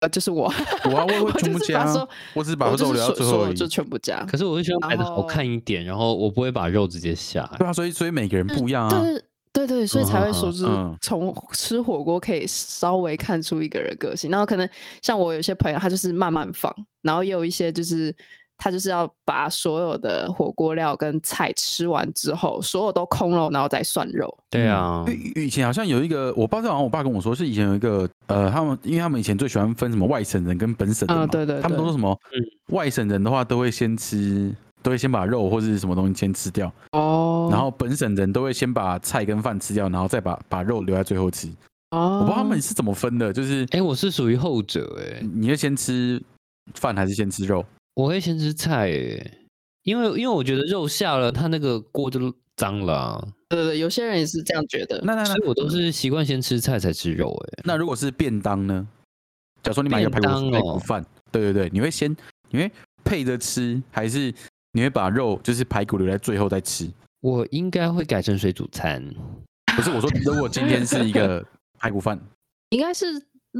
Speaker 3: 呃，就是我，
Speaker 1: 我啊，我
Speaker 3: 我
Speaker 1: 会全部
Speaker 3: 就是
Speaker 1: 加
Speaker 3: 把
Speaker 1: 啊
Speaker 3: 所，
Speaker 1: 我只是把
Speaker 3: 我
Speaker 1: 肉
Speaker 3: 就是
Speaker 1: 留到
Speaker 3: 所
Speaker 1: 最
Speaker 3: 所
Speaker 1: 后
Speaker 3: 有
Speaker 1: 而已
Speaker 3: 就。全部加。
Speaker 2: 可是我会喜欢
Speaker 3: 然
Speaker 2: 买的好
Speaker 3: 后
Speaker 2: 看一点，然后我不会把肉直接下来。
Speaker 1: 对啊，所以所以每个人不一样啊。
Speaker 3: 嗯对对对，所以才会说，
Speaker 2: 嗯
Speaker 3: 就是
Speaker 1: 嗯
Speaker 3: 从吃火锅可以稍微看出一个人个性。然后可能像我有些朋友，他就是慢慢放，然后也有一些就是他就是要把所有的火锅料跟菜吃完之后，所有都空了，然后再涮肉。
Speaker 2: 对啊，
Speaker 1: 因为以前好像有一个，我爸知道，好像我爸跟我说是以前有一个，呃，他们因为他们以前最喜欢分什么外省人跟本省人嘛，
Speaker 3: 嗯对对
Speaker 1: 他们都说什么、外省人的话都会先吃，都会先把肉或者是什么东西先吃掉，
Speaker 3: 哦
Speaker 1: 然后本省人都会先把菜跟饭吃掉，然后再把把肉留在最后吃。
Speaker 3: 哦
Speaker 1: 我不知道他们是怎么分的，就是
Speaker 2: 哎、我是属于后者哎、
Speaker 1: 你会先吃饭还是先吃肉？
Speaker 2: 我会先吃菜哎、因为因为我觉得肉下了，它那个锅就脏了啊、
Speaker 3: 对对，有些人也是这样觉得。
Speaker 1: 那那
Speaker 2: 所
Speaker 1: 那
Speaker 2: 以我都是习惯先吃菜才吃肉哎、
Speaker 1: 那如果是便当呢？假如说你买一个排
Speaker 2: 便
Speaker 1: 骨
Speaker 2: 当哦
Speaker 1: 排骨饭，对对对，你会先你会配着吃，还是你会把肉就是排骨留在最后再吃？
Speaker 2: 我应该会改成水煮餐，
Speaker 1: 不是我说， 如果今天是一个排骨饭，
Speaker 3: 应该是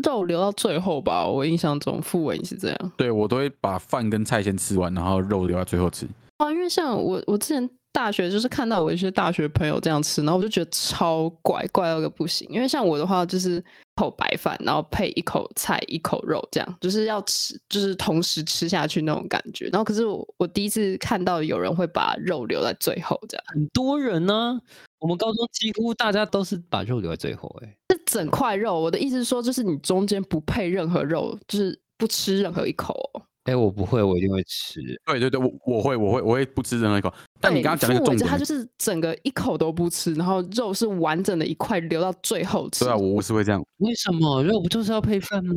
Speaker 3: 肉留到最后吧，我印象中傅文是这样。
Speaker 1: 对我都会把饭跟菜先吃完，然后肉留到最后吃。
Speaker 3: 啊，因为像我，我之前大学就是看到我一些大学朋友这样吃，然后我就觉得超怪，怪到个不行。因为像我的话，就是一口白饭，然后配一口菜，一口肉，这样就是要吃，就是同时吃下去那种感觉。然后可是我，我第一次看到有人会把肉留在最后，这样
Speaker 2: 很多人呢、我们高中几乎大家都是把肉留在最后哎、
Speaker 3: 这整块肉，我的意思是说，就是你中间不配任何肉，就是不吃任何一口哦、
Speaker 2: 哎、我不会，我一定会吃。
Speaker 1: 对对对，我我会我会我会不吃任何一口。但你
Speaker 3: 对
Speaker 1: 刚刚讲那个
Speaker 3: 父
Speaker 1: 重
Speaker 3: 母就
Speaker 1: 点欸
Speaker 3: 他，就是整个一口都不吃，然后肉是完整的一块留到最后吃。
Speaker 1: 对啊，我我是会这样。
Speaker 2: 为什么肉不就是要配饭吗？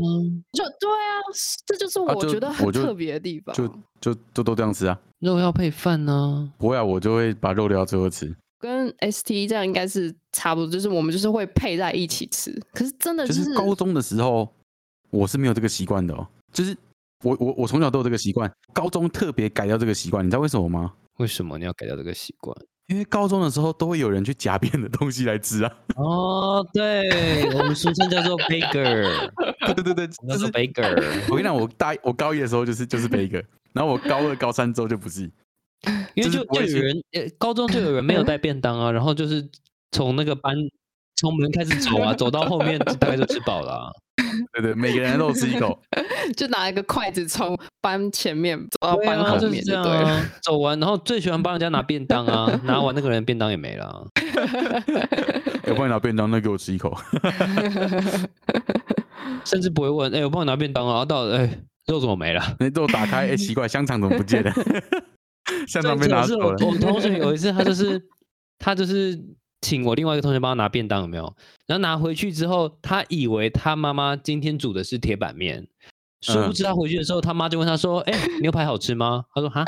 Speaker 3: 就对啊，是这就是
Speaker 1: 啊
Speaker 3: 我
Speaker 1: 就
Speaker 3: 觉得很
Speaker 1: 我就
Speaker 3: 特别的地方。
Speaker 1: 就就就都这样吃啊，
Speaker 2: 肉要配饭呢、
Speaker 1: 不会啊，我就会把肉留到最后吃。
Speaker 3: 跟 ST 这样应该是差不多，就是我们就是会配在一起吃。可是真的
Speaker 1: 就是是高中的时候，我是没有这个习惯的哦。就是我我我从小都有这个习惯，高中特别改掉这个习惯，你知道为什么吗？
Speaker 2: 为什么你要改掉这个习惯？
Speaker 1: 因为高中的时候都会有人去夹别人的东西来吃 啊。
Speaker 2: 哦，对，我们俗称叫做 baker，
Speaker 1: 对对对对，
Speaker 2: 叫
Speaker 1: 就
Speaker 2: 做
Speaker 1: 是
Speaker 2: baker，
Speaker 1: 我跟你讲，我大一我高一的时候就是就是背一个，然后我高二高三之后就不是。
Speaker 2: 因为
Speaker 1: 就是
Speaker 2: 就
Speaker 1: 不
Speaker 2: 就
Speaker 1: 会
Speaker 2: 有
Speaker 1: 去
Speaker 2: 人，呃，高中就有人没有带便当啊，然后就是从那个班从门开始走啊，走到后面大概就吃饱了啊、
Speaker 1: 对对，每个人都吃一 口。
Speaker 3: 就拿一个筷子从班前面走到
Speaker 2: 对
Speaker 3: 班
Speaker 2: 啊，
Speaker 3: 后
Speaker 2: 就
Speaker 3: 面
Speaker 2: 是这
Speaker 3: 就
Speaker 2: 样
Speaker 3: 对了。
Speaker 2: 啊，走完，然后最喜欢帮人家拿便当啊，拿完那个人便当也没了啊。
Speaker 1: 我帮你拿便当，那给我吃一口。
Speaker 2: 甚至不会问，哎、我帮你拿便当啊，然后到了，哎、肉怎么没了？
Speaker 1: 那肉打开，哎，奇怪，香肠怎么不 见了？香肠被
Speaker 2: 最扯
Speaker 1: 拿
Speaker 2: 的是
Speaker 1: 走
Speaker 2: 我
Speaker 1: 了。
Speaker 2: 我同学有一次，他就是 他就是请我另外一个同学帮他拿便当，有没有？然后拿回去之后，他以为他妈妈今天煮的是铁板面，殊不
Speaker 1: 嗯
Speaker 2: 知他回去的时候，他妈就问他说：“哎、牛排好吃吗？”他说：“哈，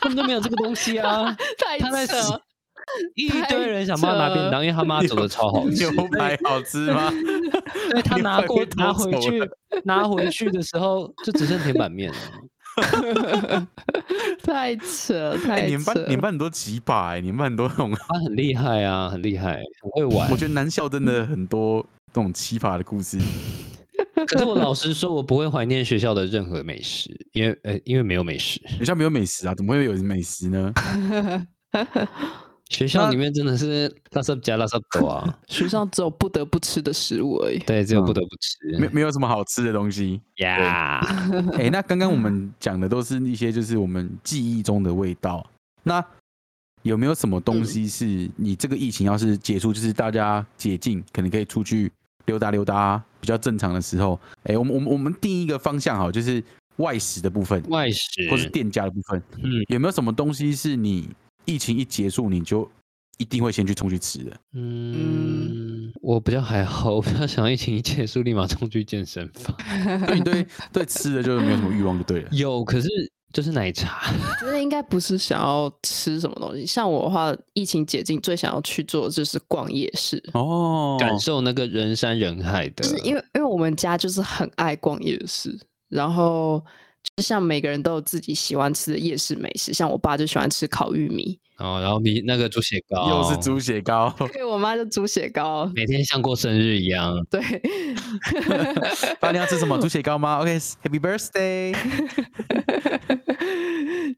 Speaker 2: 根本就没有这个东西啊。”
Speaker 3: 太
Speaker 2: 他在
Speaker 3: 扯
Speaker 2: 洗
Speaker 3: 了，
Speaker 2: 一
Speaker 3: 太
Speaker 2: 堆人想帮他拿便当，因为他妈煮的超好 吃，
Speaker 1: 牛排好吃吗？
Speaker 2: 所以他
Speaker 1: 牛
Speaker 2: 拿
Speaker 1: 排
Speaker 2: 过
Speaker 1: 被
Speaker 2: 拿
Speaker 1: 偷
Speaker 2: 回
Speaker 1: 走
Speaker 2: 去
Speaker 1: 了
Speaker 2: 拿回去的时候，就只剩铁板面了。
Speaker 3: 太扯，
Speaker 1: 哎，
Speaker 3: 太
Speaker 1: 你们
Speaker 3: 扯
Speaker 1: 班你们班很多奇葩哎，你们班很多那种，
Speaker 2: 他很厉害啊，很厉害，很会 玩
Speaker 1: 我。觉得南校真的很多这种奇葩的故 事。
Speaker 2: 可是我老实说，我不会怀念学校的任何美食，因为呃，因为没有美食。
Speaker 1: 学校没有美食啊，怎么会有美食呢？
Speaker 2: 学校
Speaker 1: 那
Speaker 2: 里面真的是垃圾加垃圾多 啊，
Speaker 3: 学上只有不得不吃的食物而已。
Speaker 2: 对，只有
Speaker 1: 嗯
Speaker 2: 不得不
Speaker 1: 没
Speaker 2: 吃
Speaker 1: 没有什么好吃的东西。
Speaker 2: 呀。
Speaker 1: 哎、那刚刚我们讲的都是一些就是我们记忆中的味道。那有没有什么东西是你这个疫情要是结束，就是大家解禁，可能可以出去溜达溜达，比较正常的时候？哎、我们我们我们定一个方向好，就是外食的部分，
Speaker 2: 外食
Speaker 1: 或是店家的部分。
Speaker 2: 嗯
Speaker 1: 有没有什么东西是你疫情一结束你就一定会先去冲去吃的？
Speaker 2: 嗯，我比较还好，我比较想疫情一结束立马冲去健身 房。
Speaker 1: 所以你对对吃的就是没有什么欲望就对了。
Speaker 2: 有，可是就是奶茶。
Speaker 3: 其实应该不是想要吃什么东西，像我的话，疫情解禁最想要去做的就是逛夜市，
Speaker 1: 哦，
Speaker 2: 感受那个人山人海的，
Speaker 3: 就是
Speaker 1: 呃
Speaker 3: 因为因为我们家就是很爱逛夜市，然后就像每个人都有自己喜欢吃的夜市美食，像我爸就喜欢吃烤玉米，
Speaker 2: 哦，然后你那个猪血
Speaker 3: 啊
Speaker 2: 糕
Speaker 1: 又是猪血 糕。
Speaker 3: 对我妈就猪血糕，
Speaker 2: 每天像过生日 一样，
Speaker 3: 对，
Speaker 1: 爸，你要吃什么？猪血糕吗？OK，Happy、Birthday！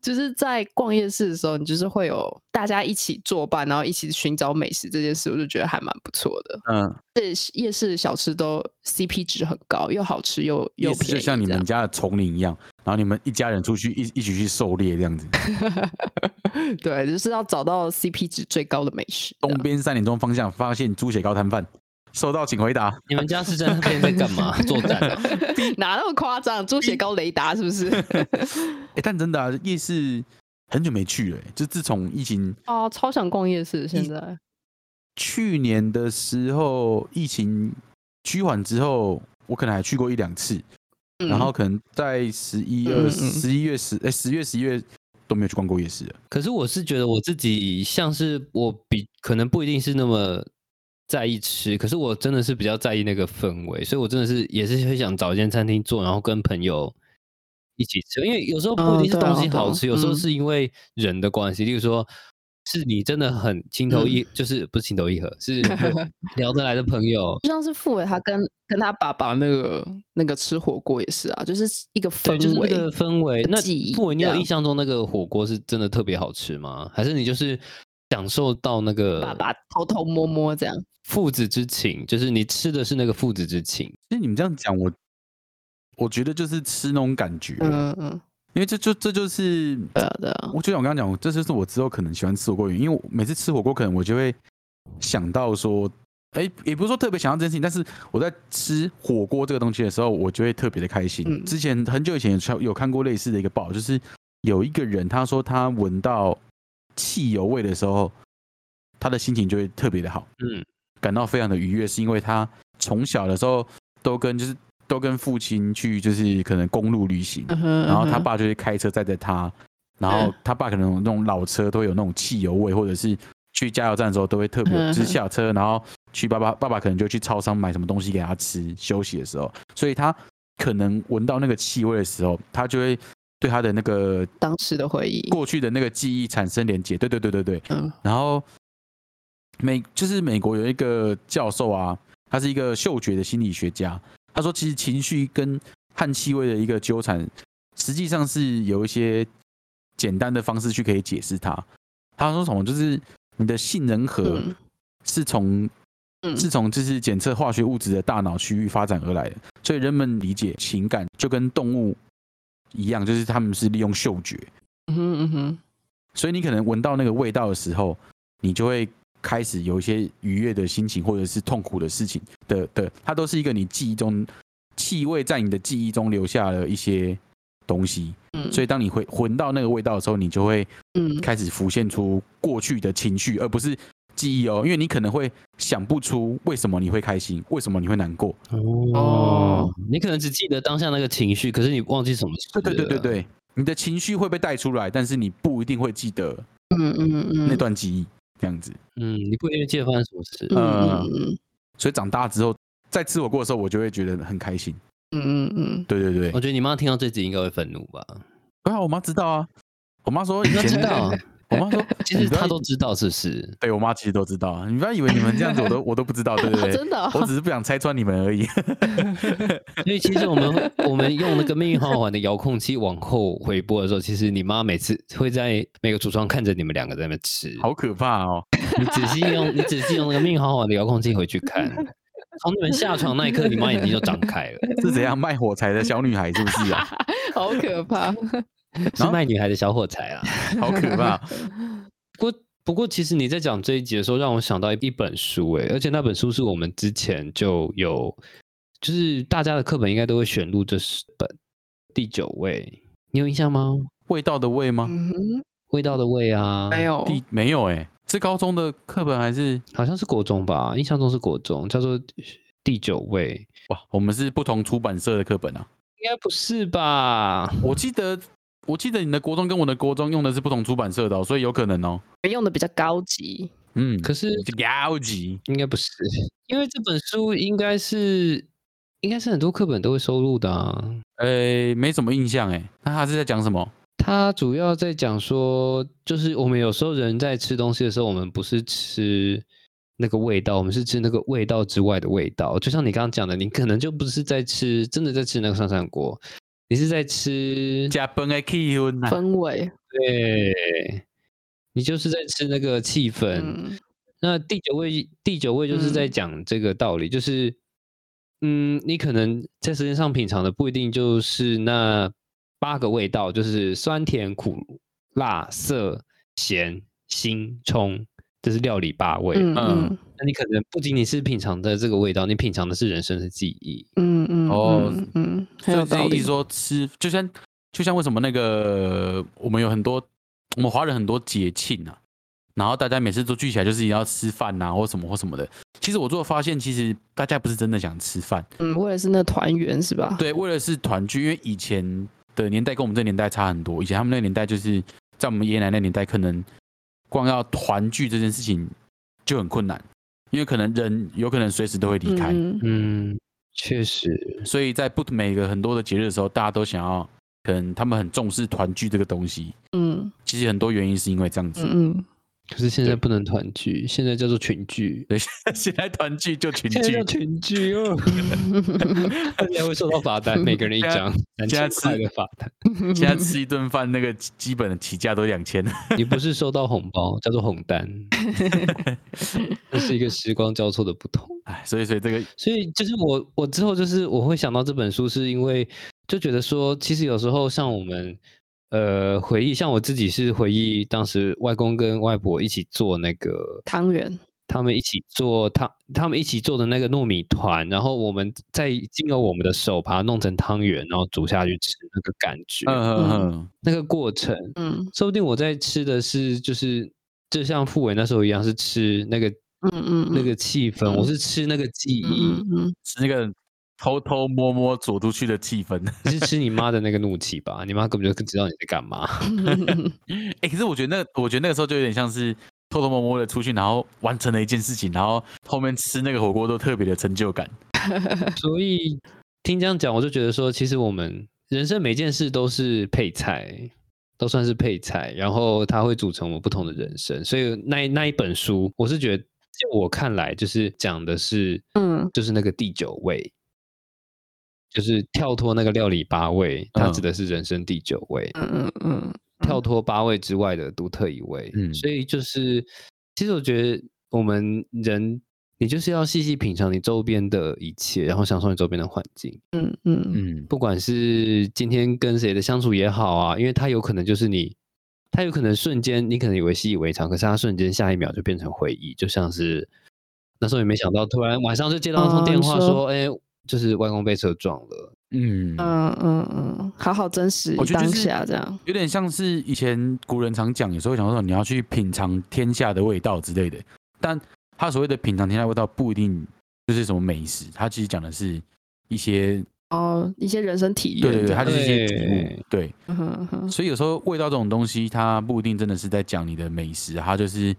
Speaker 3: 就是在逛夜市的时候，你就是会有大家一起作伴，然后一起寻找美食这件事，我就觉得还蛮不错的。
Speaker 1: 嗯，
Speaker 3: 这夜市的小吃都 CP 值很高，又好吃又又
Speaker 1: 意思
Speaker 3: 便宜，
Speaker 1: 就像你们家的丛林一样，然后你们一家人出去一一起去狩猎这样子。
Speaker 3: 啊 对，就是要找到 CP 值最高的美食 这
Speaker 1: 东
Speaker 3: 样。
Speaker 1: 边三点钟方向发现猪血糕摊贩，收到请回答。
Speaker 2: 你们家是在那边在干 嘛？作战啊？
Speaker 3: 哪那么夸张？猪血糕雷达是不是？
Speaker 1: 哎、但真的、啊、夜市很久没去了欸、就自从疫情
Speaker 3: 哦，超想逛夜市，现在
Speaker 1: 去年的时候，疫情趋缓之后，我可能还去过一两次，
Speaker 3: 嗯
Speaker 1: 然后可能在十一、
Speaker 3: 嗯嗯
Speaker 1: 二、
Speaker 3: 嗯
Speaker 1: 十一月、十哎十月、十一月都没有去逛过夜市了。
Speaker 2: 可是我是觉得我自己像是我比可能不一定是那么在意吃，可是我真的是比较在意那个氛围，所以我真的是也是会想找一间餐厅坐，然后跟朋友一起吃，因为有时候不一
Speaker 3: 嗯
Speaker 2: 定是
Speaker 3: 对啊
Speaker 2: 东西
Speaker 3: 对啊
Speaker 2: 好吃，有时候
Speaker 3: 嗯
Speaker 2: 是因为人的关系，例如说。是你真的很情
Speaker 3: 嗯
Speaker 2: 投意，就是不是情投意合，是 聊得来的朋友，
Speaker 3: 就像是傅伟他跟跟他爸爸那个那个吃火锅也是啊，就是一个氛
Speaker 2: 对，就是那
Speaker 3: 围，
Speaker 2: 个氛围。
Speaker 3: 的
Speaker 2: 那
Speaker 3: 记忆
Speaker 2: 不伟，你
Speaker 3: 这
Speaker 2: 有
Speaker 3: 样
Speaker 2: 印象中那个火锅是真的特别好吃吗？还是你就是享受到那个
Speaker 3: 爸爸偷偷摸摸这样。
Speaker 2: 父子之情，就是你吃的是那个父子之情。
Speaker 1: 其实你们这样讲，我我觉得就是吃那种感觉，
Speaker 3: 嗯嗯，
Speaker 1: 因为这就这就是，
Speaker 3: 对啊对啊，
Speaker 1: 我就像我刚刚讲，这就是我之后可能喜欢吃火锅的原因，因为我每次吃火锅，可能我就会想到说，哎、也不是说特别想到这件事情，但是我在吃火锅这个东西的时候，我就会特别的开心。
Speaker 3: 嗯
Speaker 1: 之前很久以前有看有看过类似的一个报，就是有一个人他说他闻到汽油味的时候，他的心情就会特别的好。
Speaker 2: 嗯，
Speaker 1: 感到非常的愉悦，是因为他从小的时候都跟就是都跟父亲去就是可能公路旅行，
Speaker 3: 嗯哼
Speaker 1: 然后
Speaker 3: 嗯
Speaker 1: 他
Speaker 3: 哼
Speaker 1: 爸就会开车载着他，然后
Speaker 3: 嗯
Speaker 1: 他爸可能有那种老车都会有那种汽油味，或者是去加油站的时候都会特别
Speaker 3: 嗯
Speaker 1: 就是下车，然后去爸爸爸爸可能就去超商买什么东西给他吃，休息的时候，所以他可能闻到那个气味的时候，他就会对他的那个
Speaker 3: 当时的回忆，
Speaker 1: 过去的那个记忆产生连结。对对对对对。
Speaker 3: 嗯
Speaker 1: 然后美就是美国有一个教授啊，他是一个嗅觉的心理学家，他说其实情绪跟和气味的一个纠缠，实际上是有一些简单的方式去可以解释它。他说什么就是你的杏仁核
Speaker 3: 嗯
Speaker 1: 是从
Speaker 3: 嗯
Speaker 1: 是从就是检测化学物质的大脑区域发展而来的，所以人们理解情感就跟动物一样，就是他们是利用嗅觉。
Speaker 3: 嗯哼嗯哼，
Speaker 1: 所以你可能闻到那个味道的时候，你就会开始有一些愉悦的心情，或者是痛苦的事情的的，它都是一个你记忆中气味在你的记忆中留下了一些东西。
Speaker 3: 嗯，
Speaker 1: 所
Speaker 3: 以
Speaker 1: 以当你会闻到那个味道的时候，你就会
Speaker 3: 嗯
Speaker 1: 开始浮现出过去的情绪，而不是记忆哦，因为你可能会想不出为什么你会开心，为什么你会难过。
Speaker 3: 哦，
Speaker 2: 你可能只记得当下那个情绪，可是你忘记什么事。
Speaker 1: 对对对对，对，嗯你的情绪会被带出来，但是你不一定会记得
Speaker 3: 嗯嗯嗯，
Speaker 1: 那段记忆，这样子。
Speaker 2: 嗯，你不一定记得发生什么事。
Speaker 3: 嗯
Speaker 1: 呃
Speaker 3: 嗯嗯
Speaker 1: 所以长大之后，在吃火锅的时候，我就会觉得很开心。
Speaker 3: 嗯嗯嗯，
Speaker 1: 对对对
Speaker 2: 我，觉得你妈听到这集应该会愤怒吧？
Speaker 1: 哦对啊，我妈知道啊，我妈说以
Speaker 2: 她
Speaker 1: 前
Speaker 2: 知道，
Speaker 1: 我妈说
Speaker 2: 其实她都知道，是不是？
Speaker 1: 对我妈其实都知道啊，你不要以为你们这样子我都 我都不知道，对对对，
Speaker 3: 真的哦，
Speaker 1: 我只是不想拆穿你们而已。
Speaker 2: 所以其实我们我们用那个命运好好玩的遥控器往后回播的时候，其实你妈每次会在每个橱窗看着你们两个在那边吃。
Speaker 1: 好可怕哦！
Speaker 2: 你仔细用你仔细用那个命运好好玩的遥控器回去看，从你们下床那一刻，你妈眼睛就张开了。
Speaker 1: 是怎样卖火柴的小女孩是不是 啊？
Speaker 3: 好 可怕，
Speaker 2: 是卖女孩的小火柴啊！
Speaker 1: 好可怕！哦
Speaker 2: 不过不过，其实你在讲这一集的时候，让我想到一一本书、诶，而且那本书是我们之前就有，就是大家的课本应该都会选入这十本第九位，你有印象吗？
Speaker 1: 味道的味吗？
Speaker 3: 嗯哼，
Speaker 2: 味道的味啊，
Speaker 3: 没有，
Speaker 1: 第没有哎、是高中的课本还是
Speaker 2: 好像是国中吧，印象中是国中，叫做第九位，
Speaker 1: 哇？我们是不同出版社的课本啊。
Speaker 2: 应该不是吧？
Speaker 1: 我记得我记得你的国中跟我的国中用的是不同出版社的、哦，所以有可能哦。
Speaker 3: 你用的比较高级，
Speaker 1: 嗯，
Speaker 2: 可是
Speaker 1: 高级
Speaker 2: 应该不是，因为这本书应该是应该是很多课本都会收录的啊。
Speaker 1: 呃，没什么印象哎，那他是在讲什么？
Speaker 2: 它主要在讲说，就是我们有时候人在吃东西的时候，我们不是吃那个味道，我们是吃那个味道之外的味道。就像你刚刚讲的，你可能就不是在吃，真的在吃那个涮涮锅，你是在吃，
Speaker 1: 加崩的气氛啊呐、
Speaker 3: 氛围，
Speaker 2: 对，你就是在吃那个气氛。
Speaker 3: 嗯
Speaker 2: 那第九位，第九位就是在
Speaker 3: 嗯
Speaker 2: 讲这个道理，就是，嗯，你可能在时间上品尝的不一定就是那八个味道，就是酸甜苦辣涩咸辛冲，这是料理八味。
Speaker 3: 嗯
Speaker 1: 嗯
Speaker 3: 嗯
Speaker 2: 那你可能不仅仅是品尝的这个味道，你品尝的是人生的记忆。
Speaker 3: 嗯嗯，
Speaker 1: 哦
Speaker 3: 嗯嗯，
Speaker 1: 所
Speaker 3: 很
Speaker 1: 以
Speaker 3: 有
Speaker 1: 这
Speaker 3: 道
Speaker 1: 意
Speaker 3: 理
Speaker 1: 思，说吃，就像就像为什么那个我们有很多我们华人很多节庆啊，然后大家每次都聚起来就是要吃饭呐、或什么或什么的。其实我最后发现，其实大家不是真的想吃饭，
Speaker 3: 嗯，为了是那团圆是吧？
Speaker 1: 对，为了是团聚，因为以前的年代跟我们这个年代差很多。以前他们那个年代就是在我们爷爷奶奶那个年代，可能光要团聚这件事情就很困难，因为可能人有可能随时都会离开。
Speaker 3: 嗯，嗯
Speaker 2: 嗯，确实，
Speaker 1: 所以在不每个很多的节日的时候，大家都想要，可能他们很重视团聚这个东西。
Speaker 3: 嗯
Speaker 1: 其实很多原因是因为这样子，
Speaker 3: 嗯嗯，
Speaker 2: 可是现在
Speaker 1: 对
Speaker 2: 不能团聚，现在叫做群聚。
Speaker 1: 对， 现在团聚就群
Speaker 2: 现在
Speaker 1: 聚
Speaker 2: 叫，群聚哦， 大家会收到罚单，每个人一
Speaker 1: 现在
Speaker 2: 张
Speaker 1: 现
Speaker 2: 三
Speaker 1: 在
Speaker 2: 千块
Speaker 1: 吃
Speaker 2: 的罚单。
Speaker 3: 嗯
Speaker 1: 现在吃一顿饭那个基基本的起价都两千。
Speaker 2: 你不是收到红包，叫做红单，这是一个时光交错的不同。
Speaker 1: 哎，所以所以这个
Speaker 2: 所以就是我，我之后就是我会想到这本书，是因为就觉得说，其实有时候像我们呃回忆，像我自己是回忆当时外公跟外婆一起做那个
Speaker 3: 汤圆，
Speaker 2: 他们一起做他他们一起做的那个糯米团，然后我们再经由我们的手把它弄成汤圆，然后煮下去吃，那个感觉，
Speaker 1: 嗯嗯嗯，
Speaker 2: 那个过程，
Speaker 3: 嗯
Speaker 2: 说不定我在吃的是就是就像傅伟那时候一样，是吃那个
Speaker 3: 嗯嗯，
Speaker 2: 那个气氛，我是吃那个记忆，
Speaker 3: 嗯嗯
Speaker 1: 是那个偷偷摸摸走出去的气氛。
Speaker 3: 嗯
Speaker 2: 你是吃你妈的那个怒气吧？你妈根本就知道你在干嘛。
Speaker 3: 嗯，
Speaker 1: 哎、可是我觉得那我觉得那个时候就有点像是偷偷摸摸的出去，然后完成了一件事情，然后后面吃那个火锅都特别的成就感。
Speaker 2: 所以听这样讲，我就觉得说，其实我们人生每件事都是配菜，都算是配菜，然后它会组成我们不同的人生。所以那一那一本书，我是觉得，就我看来，就是讲的是，
Speaker 3: 嗯
Speaker 2: 就是那个第九位，就是跳脱那个料理八位，它
Speaker 1: 嗯
Speaker 2: 指的是人生第九位。
Speaker 3: 嗯嗯
Speaker 2: 跳脱八位之外的独特一位。
Speaker 1: 嗯
Speaker 2: 所以就是，其实我觉得我们人，你就是要细细品尝你周边的一切，然后享受你周边的环境，
Speaker 3: 嗯嗯
Speaker 1: 嗯
Speaker 2: 不管是今天跟谁的相处也好啊，因为它有可能就是你。它有可能瞬间，你可能以为习以为常，可是它瞬间下一秒就变成回忆，就像是那时候也没想到，突然晚上就接到一
Speaker 3: 哦
Speaker 2: 通
Speaker 3: 你
Speaker 2: 电话
Speaker 3: 说
Speaker 2: 说，哎、就是外公被车撞了，
Speaker 1: 嗯
Speaker 3: 嗯嗯嗯，好好珍惜
Speaker 1: 我觉得
Speaker 3: 当
Speaker 1: 就是
Speaker 3: 下这样。
Speaker 1: 有点像是以前古人常讲，有时候会讲说哦你要去品尝天下的味道之类的，但他所谓的品尝天下味道不一定就是什么美食，他其实讲的是一些
Speaker 3: 哦，一些人生体验这
Speaker 1: 对
Speaker 3: 样。
Speaker 1: 对对，它就是一些
Speaker 2: 对
Speaker 1: 体悟，对，
Speaker 3: 嗯哼哼
Speaker 1: 所以有时候味道这种东西，它不一定真的是在讲你的美食，它就是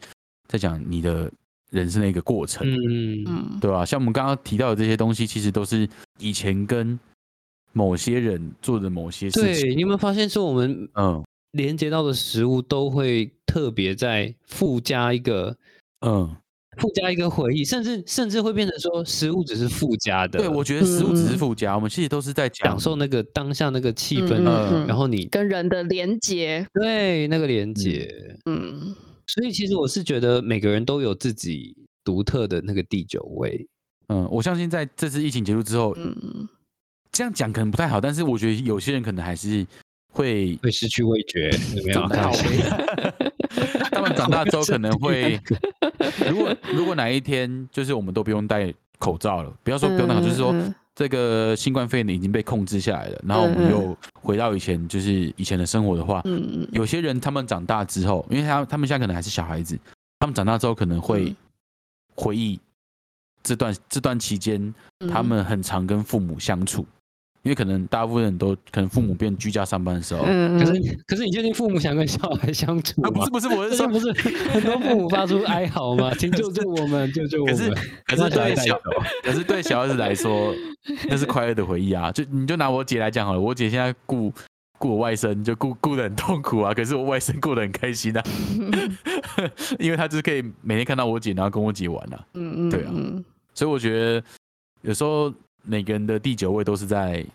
Speaker 1: 在讲你的人生的一个过程，
Speaker 2: 嗯
Speaker 3: 嗯
Speaker 1: 对吧、像我们刚刚提到的这些东西，其实都是以前跟某些人做的某些事
Speaker 2: 对，
Speaker 1: 情，
Speaker 2: 你有没有发现说我们
Speaker 1: 嗯
Speaker 2: 连接到的食物都会特别在附加一个
Speaker 1: 嗯，
Speaker 2: 附加一个回忆，甚至甚至会变成说食物只是附加的，
Speaker 1: 对，我觉得食物只是
Speaker 2: 嗯
Speaker 1: 附加，我们其实都是在
Speaker 2: 享
Speaker 1: 讲
Speaker 2: 受那个当下那个气氛，
Speaker 1: 嗯
Speaker 2: 然后你
Speaker 3: 跟人的连接，
Speaker 2: 对那个连接。
Speaker 3: 嗯
Speaker 2: 所以其实我是觉得每个人都有自己独特的那个第九位，
Speaker 1: 嗯，我相信在这次疫情结束之后，
Speaker 3: 嗯
Speaker 1: 这样讲可能不太好，但是我觉得有些人可能还是 会
Speaker 2: 会失去味觉，有没有？
Speaker 1: 长 大，他们长大之后可能 会，如果如果哪一天就是我们都不用戴口罩了，不要说不用戴口罩，就是说
Speaker 3: 嗯嗯嗯
Speaker 1: 这个新冠肺炎已经被控制下来了，然后我们
Speaker 3: 嗯嗯
Speaker 1: 又回到以前就是以前的生活的话，
Speaker 3: 嗯
Speaker 1: 有些人他们长大之后，因为他他们现在可能还是小孩子，他们长大之后可能会
Speaker 3: 嗯
Speaker 1: 回忆这段这段期间，
Speaker 3: 嗯，
Speaker 1: 他们很常跟父母相处，因为可能大部分人都可能父母变居家上班的时候，
Speaker 3: 嗯，
Speaker 2: 可
Speaker 3: 嗯
Speaker 2: 是可是你确定父母想跟小孩相处
Speaker 1: 啊
Speaker 2: 吗
Speaker 1: 不是？不是我是
Speaker 2: 这
Speaker 1: 说
Speaker 2: 不是很多父母发出哀嚎吗？ 请救救我们，救救我
Speaker 1: 可是
Speaker 2: 们！
Speaker 1: 可
Speaker 2: 让
Speaker 1: 是
Speaker 2: 小孩
Speaker 1: 对
Speaker 2: 带
Speaker 1: 小
Speaker 2: 走，
Speaker 1: 可是对小孩子来说，那是快乐的回忆啊！就你就拿我姐来讲好了，我姐现在顾顾我外甥，就顾顾得很痛苦啊，可是我外甥过得很开心啊， 因为他就是可以每天看到我姐，然后跟我姐玩啊。
Speaker 3: 嗯嗯
Speaker 1: 对啊
Speaker 3: 嗯
Speaker 1: 所以我觉得有时候每个人的第九位都是在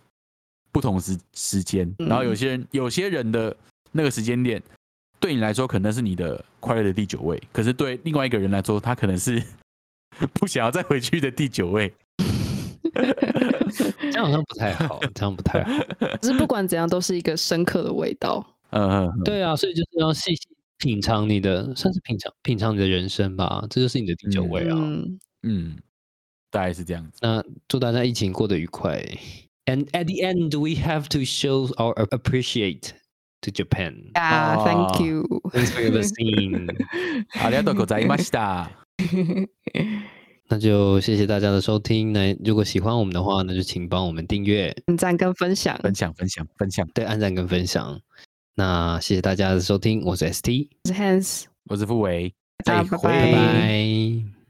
Speaker 1: 不同时时间，
Speaker 3: 嗯
Speaker 1: 然后有些人有些人的那个时间点，对你来说可能是你的快乐的第九位，可是对另外一个人来说，他可能是 不想要再回去的第九位。
Speaker 2: 这样好像不太好，这样不 太好。
Speaker 3: 可是不管怎样，都是一个深刻的味道。
Speaker 1: 嗯嗯，
Speaker 2: 对啊，所以就是要细细品尝你的，算是品尝品尝你的人生吧，这就是你的第九位啊。
Speaker 3: 嗯，
Speaker 1: 嗯，大概是这样 子。
Speaker 2: 那祝大家疫情过得愉快。And at the end, we have to show our appreciate to Japan.
Speaker 3: 啊
Speaker 1: 哦
Speaker 3: ，Thank you。
Speaker 2: Thanks for your listening.
Speaker 1: 阿里阿多狗仔伊玛西达，
Speaker 2: 那就谢谢大家的收听。那如果喜欢我们的话，那就请帮我们订阅、
Speaker 3: 点赞跟分享，
Speaker 1: 分享分享分享，
Speaker 2: 对、按赞跟分享。那谢谢大家的收听，我是 ST，
Speaker 3: 我是 Hans，
Speaker 1: 我是傅维。
Speaker 3: 大
Speaker 2: 再
Speaker 3: 家拜
Speaker 2: 会，拜拜